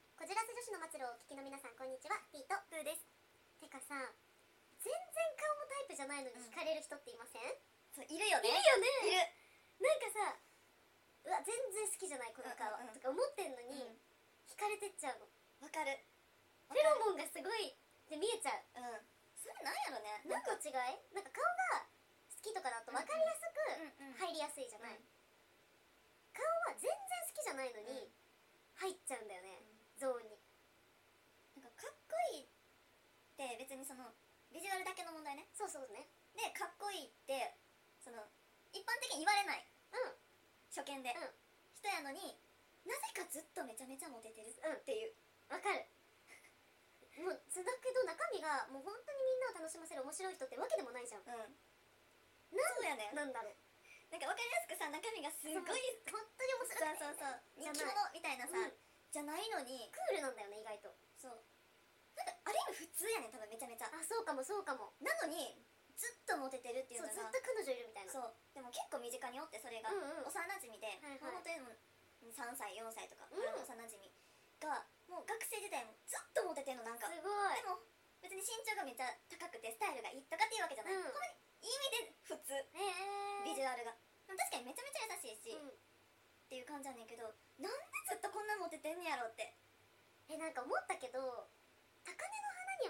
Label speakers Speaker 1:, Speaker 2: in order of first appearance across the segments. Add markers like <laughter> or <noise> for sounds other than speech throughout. Speaker 1: 市の末路をお聞きの皆さんこんにちはピーと
Speaker 2: ブーです
Speaker 1: てかさ全然顔もタイプじゃないのに惹かれる人っていません、
Speaker 2: そういるよね
Speaker 1: いるよね
Speaker 2: いる
Speaker 1: なんかさうわ全然好きじゃないこの顔、
Speaker 2: うんうん
Speaker 1: と
Speaker 2: うん
Speaker 1: か思ってんのに、
Speaker 2: うん
Speaker 1: 惹かれてっちゃうの
Speaker 2: わかる
Speaker 1: フェロモンがすごいで見えちゃう
Speaker 2: うんそれなんやろね
Speaker 1: 何の違いなんか顔が好きとかだと分かりやすく
Speaker 2: うんうん
Speaker 1: 入りやすいじゃない、
Speaker 2: うん
Speaker 1: 顔は全然好きじゃないのに
Speaker 2: うん
Speaker 1: 入っちゃうんだよね、ゾーンに
Speaker 2: なんかかっこいいって別にそのビジュアルだけの問題ね
Speaker 1: そうそうね
Speaker 2: でかっこいいってその一般的に言われない
Speaker 1: うん
Speaker 2: 初見で、
Speaker 1: うん
Speaker 2: 人やのになぜかずっとめちゃめちゃモテてるっていう、
Speaker 1: わかる <laughs> もうだけど中身がもう本当にみんなを楽しませる面白い人ってわけでもないじゃん
Speaker 2: うんそうやねんな
Speaker 1: なんだろう
Speaker 2: なんかわかりやすくさ中身がすごい
Speaker 1: その本当に面白いじゃ
Speaker 2: そうそうそう人
Speaker 1: ない
Speaker 2: 気者みたいなさ、
Speaker 1: うん
Speaker 2: じゃないのに
Speaker 1: クールなんだよね意外と
Speaker 2: そうなんかある意味普通やねん多分めちゃめちゃ
Speaker 1: あそうかもそうかも
Speaker 2: なのにずっとモテてるってい
Speaker 1: そうう
Speaker 2: の
Speaker 1: ずっ
Speaker 2: が
Speaker 1: と彼女いるみたいな
Speaker 2: そうでも結構身近におってそれが、
Speaker 1: うんうん
Speaker 2: 幼なじみで、
Speaker 1: はいはい
Speaker 2: もう本当にもう3歳4歳とか、
Speaker 1: うん
Speaker 2: 幼なじみがもう学生時代もずっとモテてんのなんか
Speaker 1: す
Speaker 2: で
Speaker 1: ごい
Speaker 2: も別に身長がめっちゃ高くてスタイルがいいとかっていうわけじゃない、
Speaker 1: うん
Speaker 2: ほんまにいい意味で普通
Speaker 1: へえ
Speaker 2: ビジ
Speaker 1: ュ
Speaker 2: ュアルが、でも確かにめちゃめちゃ優しいし、っ
Speaker 1: うん、
Speaker 2: ていう感じやねんけどなんでずっとこんなモテてんねやろって、
Speaker 1: えなんか思ったけど高嶺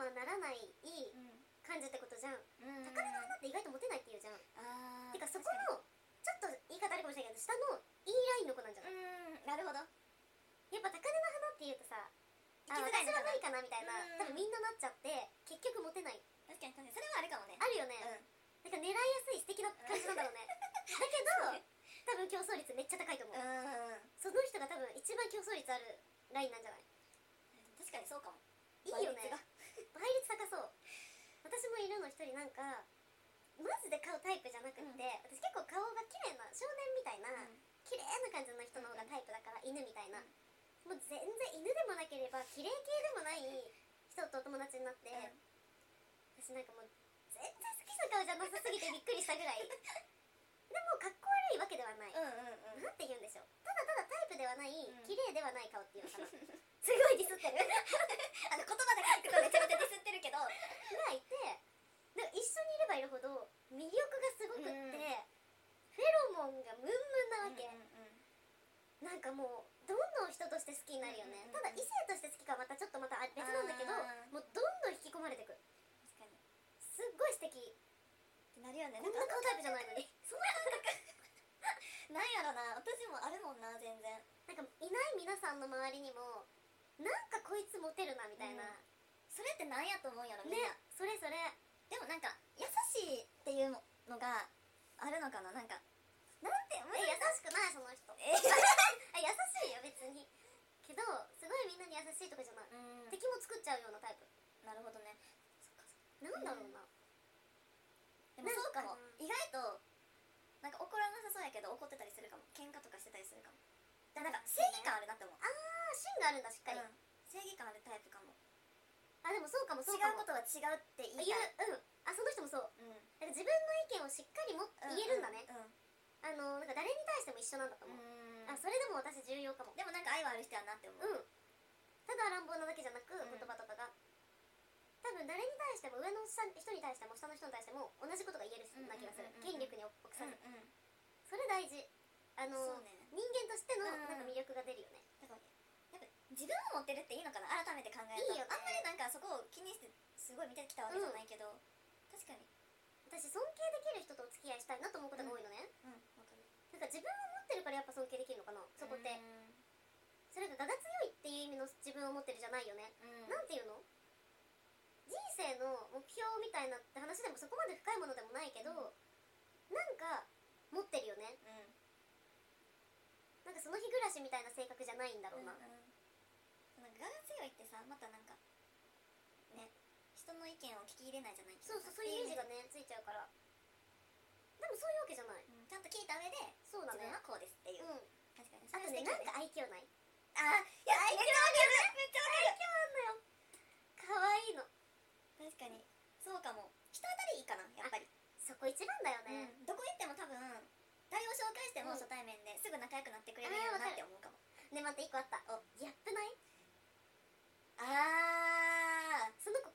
Speaker 1: の花にはならないいい
Speaker 2: うん
Speaker 1: 感じってことじゃん
Speaker 2: うん、
Speaker 1: 高嶺の花って意外とモテないって言うじゃん
Speaker 2: あ
Speaker 1: て
Speaker 2: ー
Speaker 1: かそこ
Speaker 2: 確
Speaker 1: のちょっと言い方あるかもしれないけど下のいいラインの子なんじゃ
Speaker 2: か
Speaker 1: ない、
Speaker 2: にうんなるほ
Speaker 1: や
Speaker 2: ど
Speaker 1: っぱ高嶺の花って言うとさあ
Speaker 2: 行きづらい
Speaker 1: 私は
Speaker 2: のか
Speaker 1: ないかな
Speaker 2: な
Speaker 1: みたいな
Speaker 2: うん
Speaker 1: 多分みんななっちゃって結局モテないあ
Speaker 2: 確かに確かにそれはあるかもね
Speaker 1: るよね、
Speaker 2: うん
Speaker 1: なんか狙いやすい素敵な感じなんだろうねだけど多分競争率めっちゃ高いと思う、
Speaker 2: うん
Speaker 1: その人が多分一番競争率あるラインなんじゃない
Speaker 2: 確かにそうかも
Speaker 1: いいよね
Speaker 2: 倍率
Speaker 1: 倍率
Speaker 2: が
Speaker 1: 高そう私もいるの一人なんかマジで顔タイプじゃなくって、
Speaker 2: うん
Speaker 1: 私結構顔が綺麗な少年みたいな、
Speaker 2: うん
Speaker 1: 綺麗な感じの人の方がタイプだから犬みたいな、もう全然犬でもなければ綺麗系でもない人とお友達になって、
Speaker 2: うん
Speaker 1: 私なんかもう全然好きな顔じゃなさすぎてびっくりしたぐ
Speaker 2: <laughs>
Speaker 1: らいでもかっこ悪いわけではない、
Speaker 2: うんうんうん
Speaker 1: なんて言うんでしょうただただタイプではない、
Speaker 2: ん
Speaker 1: 綺麗ではない顔っていうのかなすごいディスってる <laughs>
Speaker 2: あの言葉だけ聞くとめちゃめちゃディスってるけど
Speaker 1: がいてでも一緒にいればいるほど魅力がすごくって、
Speaker 2: うん
Speaker 1: フェロモンがムンムンなわけ、なんかもうどんどん人として好きになるよね、
Speaker 2: うんうんうん
Speaker 1: ただ異性として好きかはまたちょっとまた別なんだけど
Speaker 2: あー
Speaker 1: もうどんどん引き込まれてく
Speaker 2: 確かに
Speaker 1: すっごい素敵
Speaker 2: ってなるよね
Speaker 1: こんな顔タイプじゃないのに
Speaker 2: その感覚なんやろな私もあるもんな全然
Speaker 1: なんかいない皆さんの周りにもなんかこいつモテるなみたいな、
Speaker 2: うんそれってなんやと思うんやろみん
Speaker 1: ね
Speaker 2: な、
Speaker 1: それそれ
Speaker 2: でもなんか優しいっていうのがあるのかななんかなんて無
Speaker 1: え
Speaker 2: 理
Speaker 1: 優
Speaker 2: や
Speaker 1: しくないその人
Speaker 2: え
Speaker 1: あ優しいよ別にけどすごいみんなに優しいとかじゃない、
Speaker 2: うん
Speaker 1: 敵も作っちゃうようなタイプ
Speaker 2: なるほどね
Speaker 1: なんだろうな、
Speaker 2: でもそうか
Speaker 1: な
Speaker 2: も
Speaker 1: んか
Speaker 2: 意外となんか怒らなさそうやけど怒ってたりするかも喧嘩とかしてたりするかもだからなんか正義感あるなって思うあ
Speaker 1: あー芯があるんだしっかり、
Speaker 2: うん正義感あるタイプかも
Speaker 1: あでもそうかもそ
Speaker 2: 違
Speaker 1: うかも
Speaker 2: うことは違うって言い
Speaker 1: 言
Speaker 2: たいう
Speaker 1: うんあその人もそう
Speaker 2: うん
Speaker 1: なんか自分の意見をしっかりも言えるんだね、
Speaker 2: うん
Speaker 1: あのなんか誰に対しても一緒なんだと思
Speaker 2: う
Speaker 1: う、
Speaker 2: ん
Speaker 1: あそれでも私重要かも
Speaker 2: でもなんか愛はある人やなって思う、
Speaker 1: うんただ乱暴なだけじゃなく
Speaker 2: う
Speaker 1: 言
Speaker 2: ん
Speaker 1: 葉とかが、多分誰に対しても上の下人に対しても下の人に対しても同じことが言える人な気がする、
Speaker 2: うんうんうんうん
Speaker 1: 権力に臆さ
Speaker 2: うん
Speaker 1: ず、
Speaker 2: うん
Speaker 1: それ大事あの
Speaker 2: そうね
Speaker 1: 人間としての
Speaker 2: うん
Speaker 1: なんか魅力が出るよね、
Speaker 2: だからやっぱ自分を持ってるっていいのかな改めて考える
Speaker 1: いい
Speaker 2: と
Speaker 1: よね
Speaker 2: あんまりなんかそこを気にしてすごい見てきたわけじゃないけど、確かに
Speaker 1: 私尊敬できる人とお付き合いしたいなと思うことが多いのね、
Speaker 2: うんわかる
Speaker 1: なんか自分を持ってるからやっぱ尊敬できるのかなそこって、それが我が強いっていう意味の自分を持ってるじゃないよね、
Speaker 2: う
Speaker 1: な
Speaker 2: ん
Speaker 1: んていうの人生の目標みたいなって話でもそこまで深いものでもないけど、
Speaker 2: うん
Speaker 1: なんか持ってるよね
Speaker 2: うん
Speaker 1: なんかその日暮らしみたいな性格じゃないんだろうな、
Speaker 2: なんか我が強いってさまたなんかね人の意見を聞き入れないじゃないけ
Speaker 1: そう
Speaker 2: ど
Speaker 1: そうそういうイメージが
Speaker 2: ね、
Speaker 1: ねついちゃうからでもそういうわけじゃない
Speaker 2: うんちゃんと聞いた上で
Speaker 1: そうだ
Speaker 2: 自
Speaker 1: ね
Speaker 2: 分はこうですっていうう、
Speaker 1: ん
Speaker 2: 確かに
Speaker 1: あとねなんか愛嬌ない
Speaker 2: あいやめっちゃわかるめっ
Speaker 1: 可愛いの
Speaker 2: ちゃわかる確かにそうかも人当たりいいかなやっぱり、
Speaker 1: そこ一番だよね、
Speaker 2: うんどこ行っても多分誰を紹介しても
Speaker 1: うん
Speaker 2: 初対面ですぐ仲良くなってくれるようなって思うかも、
Speaker 1: ね待って一個あったギャップない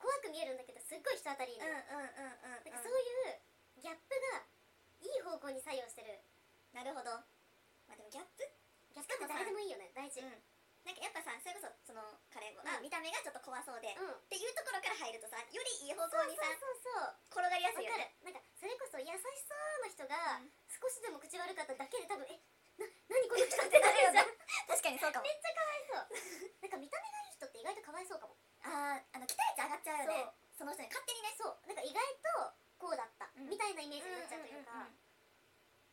Speaker 1: あたりいいのよ、
Speaker 2: うんうんうんうん
Speaker 1: なんかそういうギャップがいい方向に作用してる
Speaker 2: なるほどまあでもギャップ
Speaker 1: ギャップって誰でもいいよね大事う
Speaker 2: う
Speaker 1: ん
Speaker 2: んなんかやっぱさそれこそそのカレーも、
Speaker 1: うん
Speaker 2: あ見た目がちょっと怖そうで、っ
Speaker 1: そう
Speaker 2: ていうところから入るとさよりいい方向
Speaker 1: そうそう
Speaker 2: にさ
Speaker 1: そう
Speaker 2: 転がりや
Speaker 1: わか
Speaker 2: すいよ
Speaker 1: るなん
Speaker 2: ね
Speaker 1: かそれこそ優しそうな人が
Speaker 2: うん
Speaker 1: 少しでも口悪かっただけで多分えな何この人ってなる <laughs> よね
Speaker 2: 確かにそうかも
Speaker 1: めっちゃかわいそうなんか見た目がいい人って意外とかわいそうかも
Speaker 2: あーあの期待値上がっちゃうよねその人に勝手にね
Speaker 1: そうなんか意外とこうだった
Speaker 2: うん
Speaker 1: みたいなイメージに
Speaker 2: な
Speaker 1: な
Speaker 2: っ
Speaker 1: っ
Speaker 2: ち
Speaker 1: ち
Speaker 2: ゃ
Speaker 1: ゃ
Speaker 2: う
Speaker 1: う
Speaker 2: と
Speaker 1: と
Speaker 2: い
Speaker 1: いうう
Speaker 2: か、
Speaker 1: か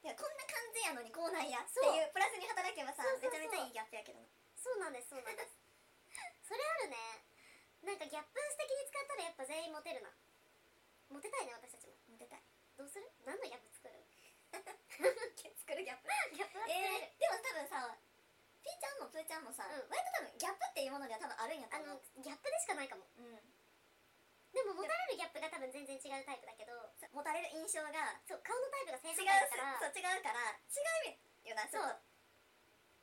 Speaker 2: いやこんな感じやのにこうなんやって
Speaker 1: そう
Speaker 2: いうプラスに働けばさ
Speaker 1: そうそうそう
Speaker 2: めちゃめちゃいいギャップやけどな
Speaker 1: そうなんですそうなんです <laughs> それあるねなんかギャップ素敵に使ったらやっぱ全員モテるなモテたいね私たちも
Speaker 2: モテたい
Speaker 1: どうする何のギャップ作る
Speaker 2: 作るギャップ
Speaker 1: ギャップは作れ
Speaker 2: え
Speaker 1: る、
Speaker 2: ー、でも多分さピーちゃんもプーちゃんもさ、
Speaker 1: うん
Speaker 2: 割と多分ギャップっていうものには多分あるんやと
Speaker 1: あの
Speaker 2: 思う
Speaker 1: ギャップでしかないかも
Speaker 2: うん
Speaker 1: でもモテられるギャップが多分全然違うタイプだけど
Speaker 2: そう持たれる印象が
Speaker 1: そう顔のタイプが正
Speaker 2: 違う
Speaker 1: 反
Speaker 2: そう
Speaker 1: 対だから
Speaker 2: 違うから違う意味よなちょっと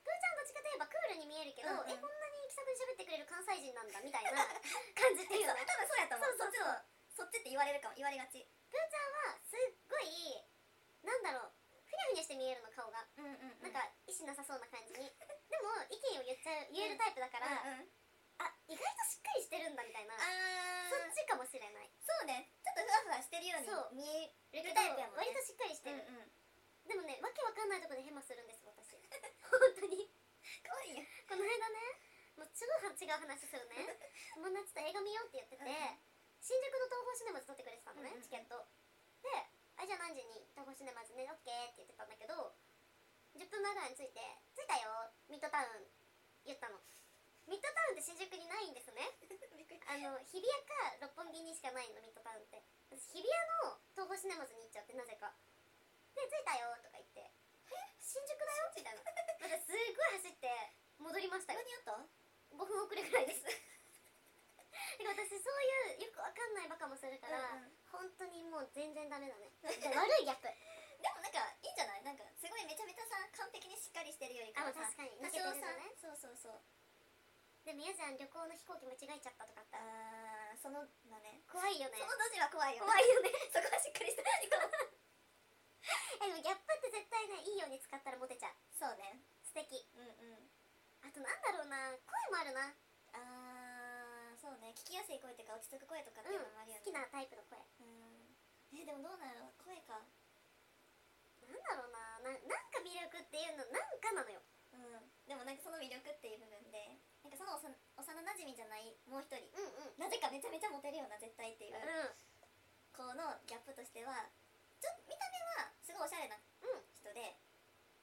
Speaker 1: プーちゃんどっちかといえばクールに見えるけど、
Speaker 2: うんうん
Speaker 1: えこんなに気さくに喋ってくれる関西人なんだみたいな <laughs> 感じって
Speaker 2: え
Speaker 1: い
Speaker 2: そう
Speaker 1: う
Speaker 2: 多
Speaker 1: のね
Speaker 2: 分そ
Speaker 1: そうそう
Speaker 2: うやと思うそっちのそっちって言われるかも言われがち
Speaker 1: プーちゃんはすっごいなんだろうふにゃふにゃして見えるの顔が
Speaker 2: うんうん
Speaker 1: なん
Speaker 2: か
Speaker 1: か意思なさそうな感じにでも意見を言っちゃう言えるタイプだか
Speaker 2: から、
Speaker 1: ら、
Speaker 2: うん
Speaker 1: あ意外としっかりしてるんだみたいな
Speaker 2: あ
Speaker 1: そ
Speaker 2: ー
Speaker 1: っちかもしれない
Speaker 2: そうねちょっとふわふわしてるよ
Speaker 1: そう
Speaker 2: うに見え
Speaker 1: けど
Speaker 2: るタイプやもんね
Speaker 1: 割としっかりして
Speaker 2: うん
Speaker 1: る、
Speaker 2: うん
Speaker 1: でもねわけわかんないとこでヘマするんです私 <laughs> 本当に
Speaker 2: 可愛いよ
Speaker 1: この間ねもうすごい違う話するね
Speaker 2: <laughs>
Speaker 1: 友達と映画見ようって言ってて、
Speaker 2: うん
Speaker 1: 新宿の東宝シネマズ撮ってくれてたのね、
Speaker 2: うんうんうん
Speaker 1: チケットで「あじゃあ何時に東宝シネマズねオッケー」って言ってたんだけど10分前ぐらいに着いて「着いたよミッドタウン」言ったのミッドタウンって新宿にないんですねあの日比谷か六本木にしかないのミッドタウンって私日比谷の東宝シネマズに行っちゃってなぜかで着いたよとか言ってえ新宿だよみたいな私すごい走って戻りました
Speaker 2: 間
Speaker 1: よ
Speaker 2: に合った
Speaker 1: 5分遅れぐらいですてか私そういうよくわかんないバカもするから、
Speaker 2: うんうん
Speaker 1: 本当にもう全然ダメだね
Speaker 2: <laughs>
Speaker 1: で悪いギャップ
Speaker 2: でもなんかいいんじゃないなんかすごいめちゃめちゃさ完璧にしっかりしてるよりか
Speaker 1: あ
Speaker 2: は
Speaker 1: 確
Speaker 2: さ
Speaker 1: かに
Speaker 2: 多
Speaker 1: 抜けてる
Speaker 2: 少さ
Speaker 1: のね
Speaker 2: そうそうそう
Speaker 1: でもやじゃん旅行の飛行機間違えちゃったとかあったら
Speaker 2: あーそのまあね
Speaker 1: 怖いよね
Speaker 2: そのドジは怖いよ
Speaker 1: 怖いよね
Speaker 2: そこはしっかりしてないと
Speaker 1: えでもギャップって絶対ねいいように使ったらモテちゃう
Speaker 2: そうね
Speaker 1: 素敵
Speaker 2: うんうん
Speaker 1: あとなんだろうな声もあるな
Speaker 2: あーそうね聞きやすい声とか落ち着く声とかって
Speaker 1: うん
Speaker 2: いうのもあるよ
Speaker 1: 好き
Speaker 2: ね、
Speaker 1: なタイプの声
Speaker 2: うん、えでもどうなの声か
Speaker 1: なんだろうなななんか魅力っていうのなんかなのよ
Speaker 2: うんでもなんかその魅力っていう部分でなんかそのおさ幼なじみじゃないもう一人
Speaker 1: うんうんうん
Speaker 2: なぜかめちゃめちゃモテるような絶対っていう
Speaker 1: う
Speaker 2: 子のギャップとしてはちょ見た目はすごいおしゃれなん人で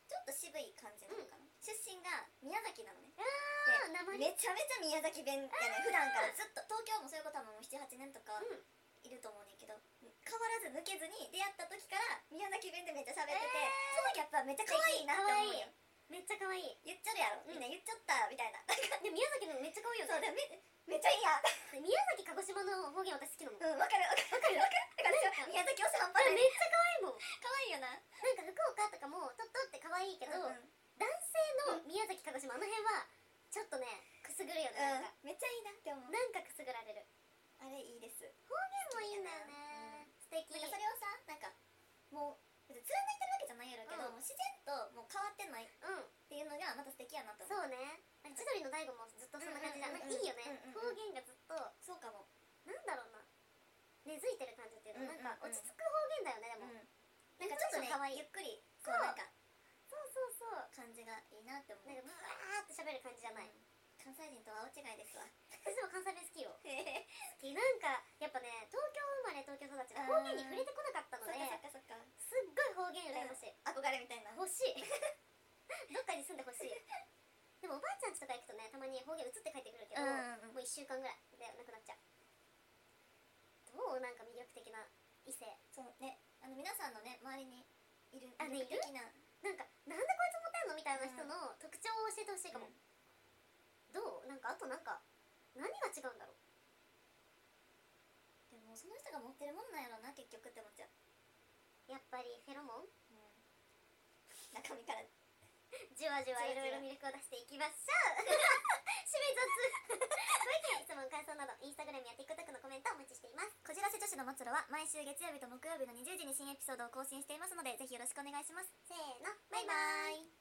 Speaker 2: ちょっと渋い感じなのかな、出身が宮崎なのね
Speaker 1: あ名前
Speaker 2: めちゃめちゃ宮崎弁やね普段からずっと東京もそういうことはもう78年とか
Speaker 1: うん
Speaker 2: いると思うねんけど変わらず抜けずに出会った時から宮崎弁でめっちゃ喋ってて、
Speaker 1: え
Speaker 2: そのギャップはめちゃくちゃいいなって思うよ
Speaker 1: めっちゃ可愛い
Speaker 2: 言っちゃるやろ
Speaker 1: うん
Speaker 2: みんな言っちゃったみたいな、
Speaker 1: で宮崎のめっちゃ可愛いよ
Speaker 2: そう
Speaker 1: ね
Speaker 2: でめめっちゃいいやん
Speaker 1: で宮崎鹿児島の方言私好きなの
Speaker 2: うんわかるわかるわかるわかる宮崎推し半
Speaker 1: あ
Speaker 2: 端
Speaker 1: れめ
Speaker 2: な
Speaker 1: っ
Speaker 2: い
Speaker 1: ちゃ可愛いもん
Speaker 2: 可愛いよな
Speaker 1: なんか福岡とかもとっとって可愛いけど、
Speaker 2: うんうん
Speaker 1: 男性の宮崎鹿児島あの辺はちょっとねくすぐるよね、
Speaker 2: うんめっちゃいいなって思う
Speaker 1: なんかなんかくすぐられる
Speaker 2: あれいいです
Speaker 1: 方言もいいんだよね、素敵
Speaker 2: なんかそれをさなんかもう別に貫いてるわけじゃないやろうけど、
Speaker 1: うん
Speaker 2: もう自然ともう変わってないっ
Speaker 1: うん
Speaker 2: ていうのがまた素敵やなと
Speaker 1: そ
Speaker 2: 思う
Speaker 1: うねなんか千鳥の大悟もずっとそんな感じだ、
Speaker 2: うん
Speaker 1: な
Speaker 2: うんうんうん
Speaker 1: んかいいよね、
Speaker 2: うんうん
Speaker 1: 方言がずっと
Speaker 2: そうかも、
Speaker 1: なんだろうな根付いてる感じっていうの、
Speaker 2: うんうんうん
Speaker 1: なんか落ち着く方言だよねで
Speaker 2: うん、
Speaker 1: も、
Speaker 2: なんかちょっとね
Speaker 1: 可愛い
Speaker 2: ゆっくり
Speaker 1: そ
Speaker 2: こ
Speaker 1: う
Speaker 2: うなんか
Speaker 1: そうそうそう
Speaker 2: 感じがいいなって思う
Speaker 1: なんかブワーって喋る感じじゃない、
Speaker 2: うん関西人とは大違いです <laughs> わ
Speaker 1: 私でも関西弁好きよ
Speaker 2: へへ
Speaker 1: なんかやっぱね東京生まれ東京育ちで
Speaker 2: あー
Speaker 1: 方言に触れてこなかった
Speaker 2: そ
Speaker 1: の
Speaker 2: っか
Speaker 1: で
Speaker 2: そっかそっか
Speaker 1: すっごい方言羨ましい、
Speaker 2: 憧れみたいな
Speaker 1: 欲しいどっかに住んでほしいでもおばあちゃんちとか行くとねたまに方言移って帰ってくるけど、
Speaker 2: うんうんうん
Speaker 1: もう1週間ぐらいでなくなっちゃうどうなんか魅力的な異性
Speaker 2: そうねあの皆さんのね周りにいる
Speaker 1: あね
Speaker 2: 魅力的な
Speaker 1: なんかなんでこいつモテんのみたいな人の特徴を教えてほしいかも、
Speaker 2: うん
Speaker 1: どうなんかあとなんか何が違うんだろう
Speaker 2: でもその人が持ってるもんなんやろうな結局って思っちゃう、
Speaker 1: やっぱりフェロモン
Speaker 2: 中身から
Speaker 1: じわじわいろいろ魅力を出していきまし
Speaker 2: <laughs>
Speaker 1: ょう締め雑ご意見質問感想などインスタグラムや TikTok のコメントお待ちしています
Speaker 2: こじらせ女子ののつろは毎週月曜日と木曜日の20時に新エピソードを更新していますのでぜひよろしくお願いします
Speaker 1: せーの
Speaker 2: バイバイ